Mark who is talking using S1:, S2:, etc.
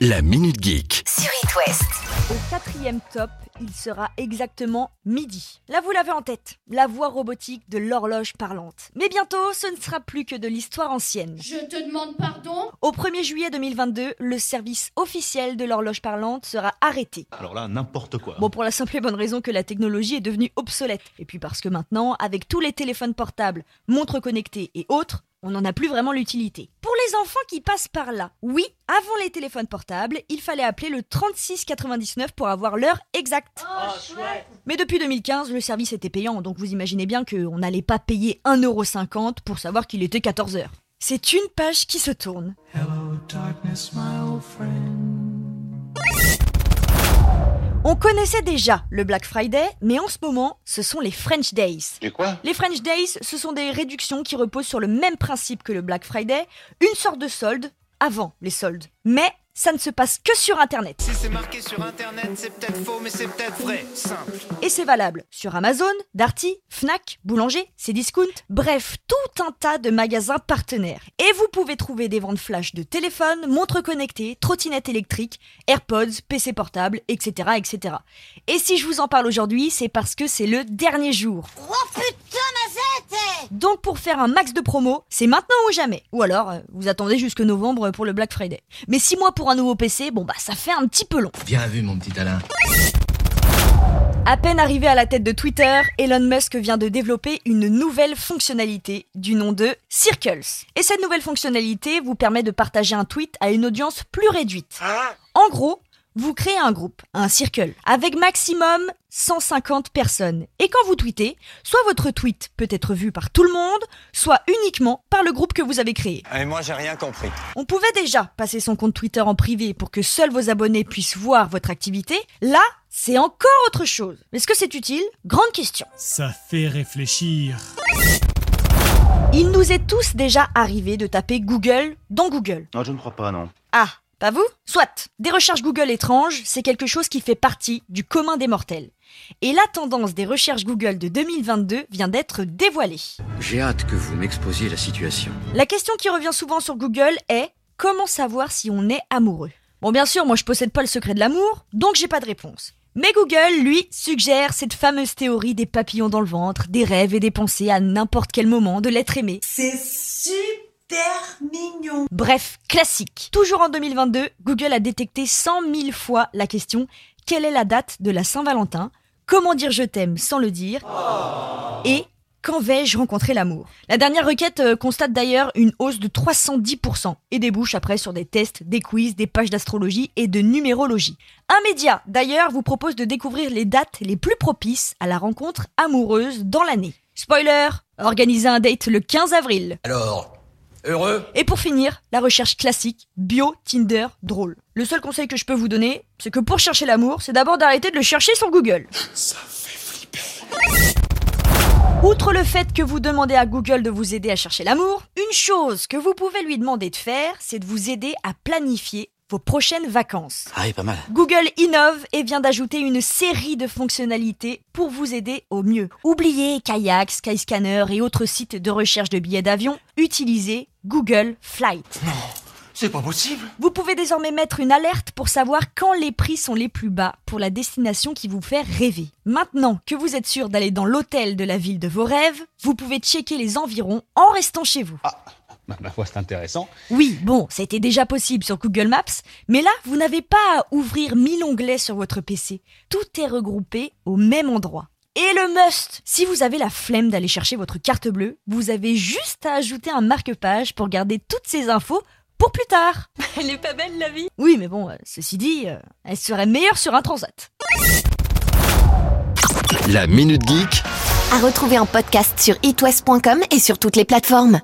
S1: La Minute Geek.
S2: sur It West.
S3: Au quatrième top, il sera exactement midi. Là, vous l'avez en tête, la voix robotique de l'horloge parlante. Mais bientôt, ce ne sera plus que de l'histoire ancienne.
S4: Je te demande pardon
S3: Au 1er juillet 2022, le service officiel de l'horloge parlante sera arrêté.
S5: Alors là, n'importe quoi.
S3: Bon, pour la simple et bonne raison que la technologie est devenue obsolète. Et puis parce que maintenant, avec tous les téléphones portables, montres connectées et autres, on n'en a plus vraiment l'utilité. Pour les enfants qui passent par là, oui, avant les téléphones portables, il fallait appeler le 3699 pour avoir l'heure exacte. Mais depuis 2015, le service était payant, donc vous imaginez bien qu'on n'allait pas payer 1,50€ pour savoir qu'il était 14h. C'est une page qui se tourne.
S6: Hello, darkness, my old friend.
S3: On connaissait déjà le Black Friday, mais en ce moment, ce sont les French Days.
S7: Les quoi
S3: Les French Days, ce sont des réductions qui reposent sur le même principe que le Black Friday, une sorte de solde avant les soldes. Mais ça ne se passe que sur Internet.
S8: Si c'est marqué sur internet, c'est peut-être faux, mais c'est peut-être vrai. Simple.
S3: Et c'est valable sur Amazon, Darty, Fnac, Boulanger, Cdiscount, bref, tout un tas de magasins partenaires. Et vous pouvez trouver des ventes flash de téléphones, montres connectées, trottinettes électriques, AirPods, PC portables, etc., etc. Et si je vous en parle aujourd'hui, c'est parce que c'est le dernier jour. Donc pour faire un max de promo, c'est maintenant ou jamais. Ou alors, euh, vous attendez jusque novembre pour le Black Friday. Mais 6 mois pour un nouveau PC, bon bah ça fait un petit peu long.
S8: Bien vu, mon petit Alain.
S3: À peine arrivé à la tête de Twitter, Elon Musk vient de développer une nouvelle fonctionnalité du nom de Circles. Et cette nouvelle fonctionnalité vous permet de partager un tweet à une audience plus réduite. En gros, vous créez un groupe, un circle, avec maximum 150 personnes. Et quand vous tweetez, soit votre tweet peut être vu par tout le monde, soit uniquement par le groupe que vous avez créé.
S7: Et Ah, moi j'ai rien compris.
S3: On pouvait déjà passer son compte Twitter en privé pour que seuls vos abonnés puissent voir votre activité. Là, c'est encore autre chose. Est-ce que c'est utile Grande question.
S9: Ça fait réfléchir.
S3: Il nous est tous déjà arrivé de taper Google dans Google.
S5: Non, je ne crois pas, non.
S3: Ah, pas vous Soit. Des recherches Google étranges, c'est quelque chose qui fait partie du commun des mortels. Et la tendance des recherches Google de 2022 vient d'être dévoilée.
S10: J'ai hâte que vous m'exposiez la situation.
S3: La question qui revient souvent sur Google est comment savoir si on est amoureux Bon, bien sûr, moi je possède pas le secret de l'amour, donc j'ai pas de réponse. Mais Google, lui, suggère cette fameuse théorie des papillons dans le ventre, des rêves et des pensées à n'importe quel moment de l'être aimé.
S6: C'est super mignon.
S3: Bref, classique. Toujours en 2022, Google a détecté 100 000 fois la question quelle est la date de la Saint-Valentin Comment dire je t'aime sans le dire Et quand vais-je rencontrer l'amour La dernière requête euh, constate d'ailleurs une hausse de 310% et débouche après sur des tests, des quiz, des pages d'astrologie et de numérologie. Un média, d'ailleurs, vous propose de découvrir les dates les plus propices à la rencontre amoureuse dans l'année. Spoiler Organisez un date le 15 avril.
S8: Alors, heureux
S3: Et pour finir, la recherche classique, bio, Tinder, drôle. Le seul conseil que je peux vous donner, c'est que pour chercher l'amour, c'est d'abord d'arrêter de le chercher sur Google. Outre le fait que vous demandez à Google de vous aider à chercher l'amour, une chose que vous pouvez lui demander de faire, c'est de vous aider à planifier vos prochaines vacances.
S10: Ah, pas mal.
S3: Google innove et vient d'ajouter une série de fonctionnalités pour vous aider au mieux. Oubliez Kayak, Skyscanner et autres sites de recherche de billets d'avion, utilisez Google Flight.
S8: C'est pas possible
S3: Vous pouvez désormais mettre une alerte pour savoir quand les prix sont les plus bas pour la destination qui vous fait rêver. Maintenant que vous êtes sûr d'aller dans l'hôtel de la ville de vos rêves, vous pouvez checker les environs en restant chez vous.
S5: Bah, ma foi, c'est intéressant.
S3: Oui, bon, c'était déjà possible sur Google Maps, mais là, vous n'avez pas à ouvrir mille onglets sur votre PC. Tout est regroupé au même endroit. Et le must Si vous avez la flemme d'aller chercher votre carte bleue, vous avez juste à ajouter un marque-page pour garder toutes ces infos pour plus tard. Elle est pas belle la vie Oui, mais bon, euh, ceci dit, euh, elle serait meilleure sur un transat.
S1: La Minute Geek
S2: À retrouver en podcast sur itwest.com et sur toutes les plateformes.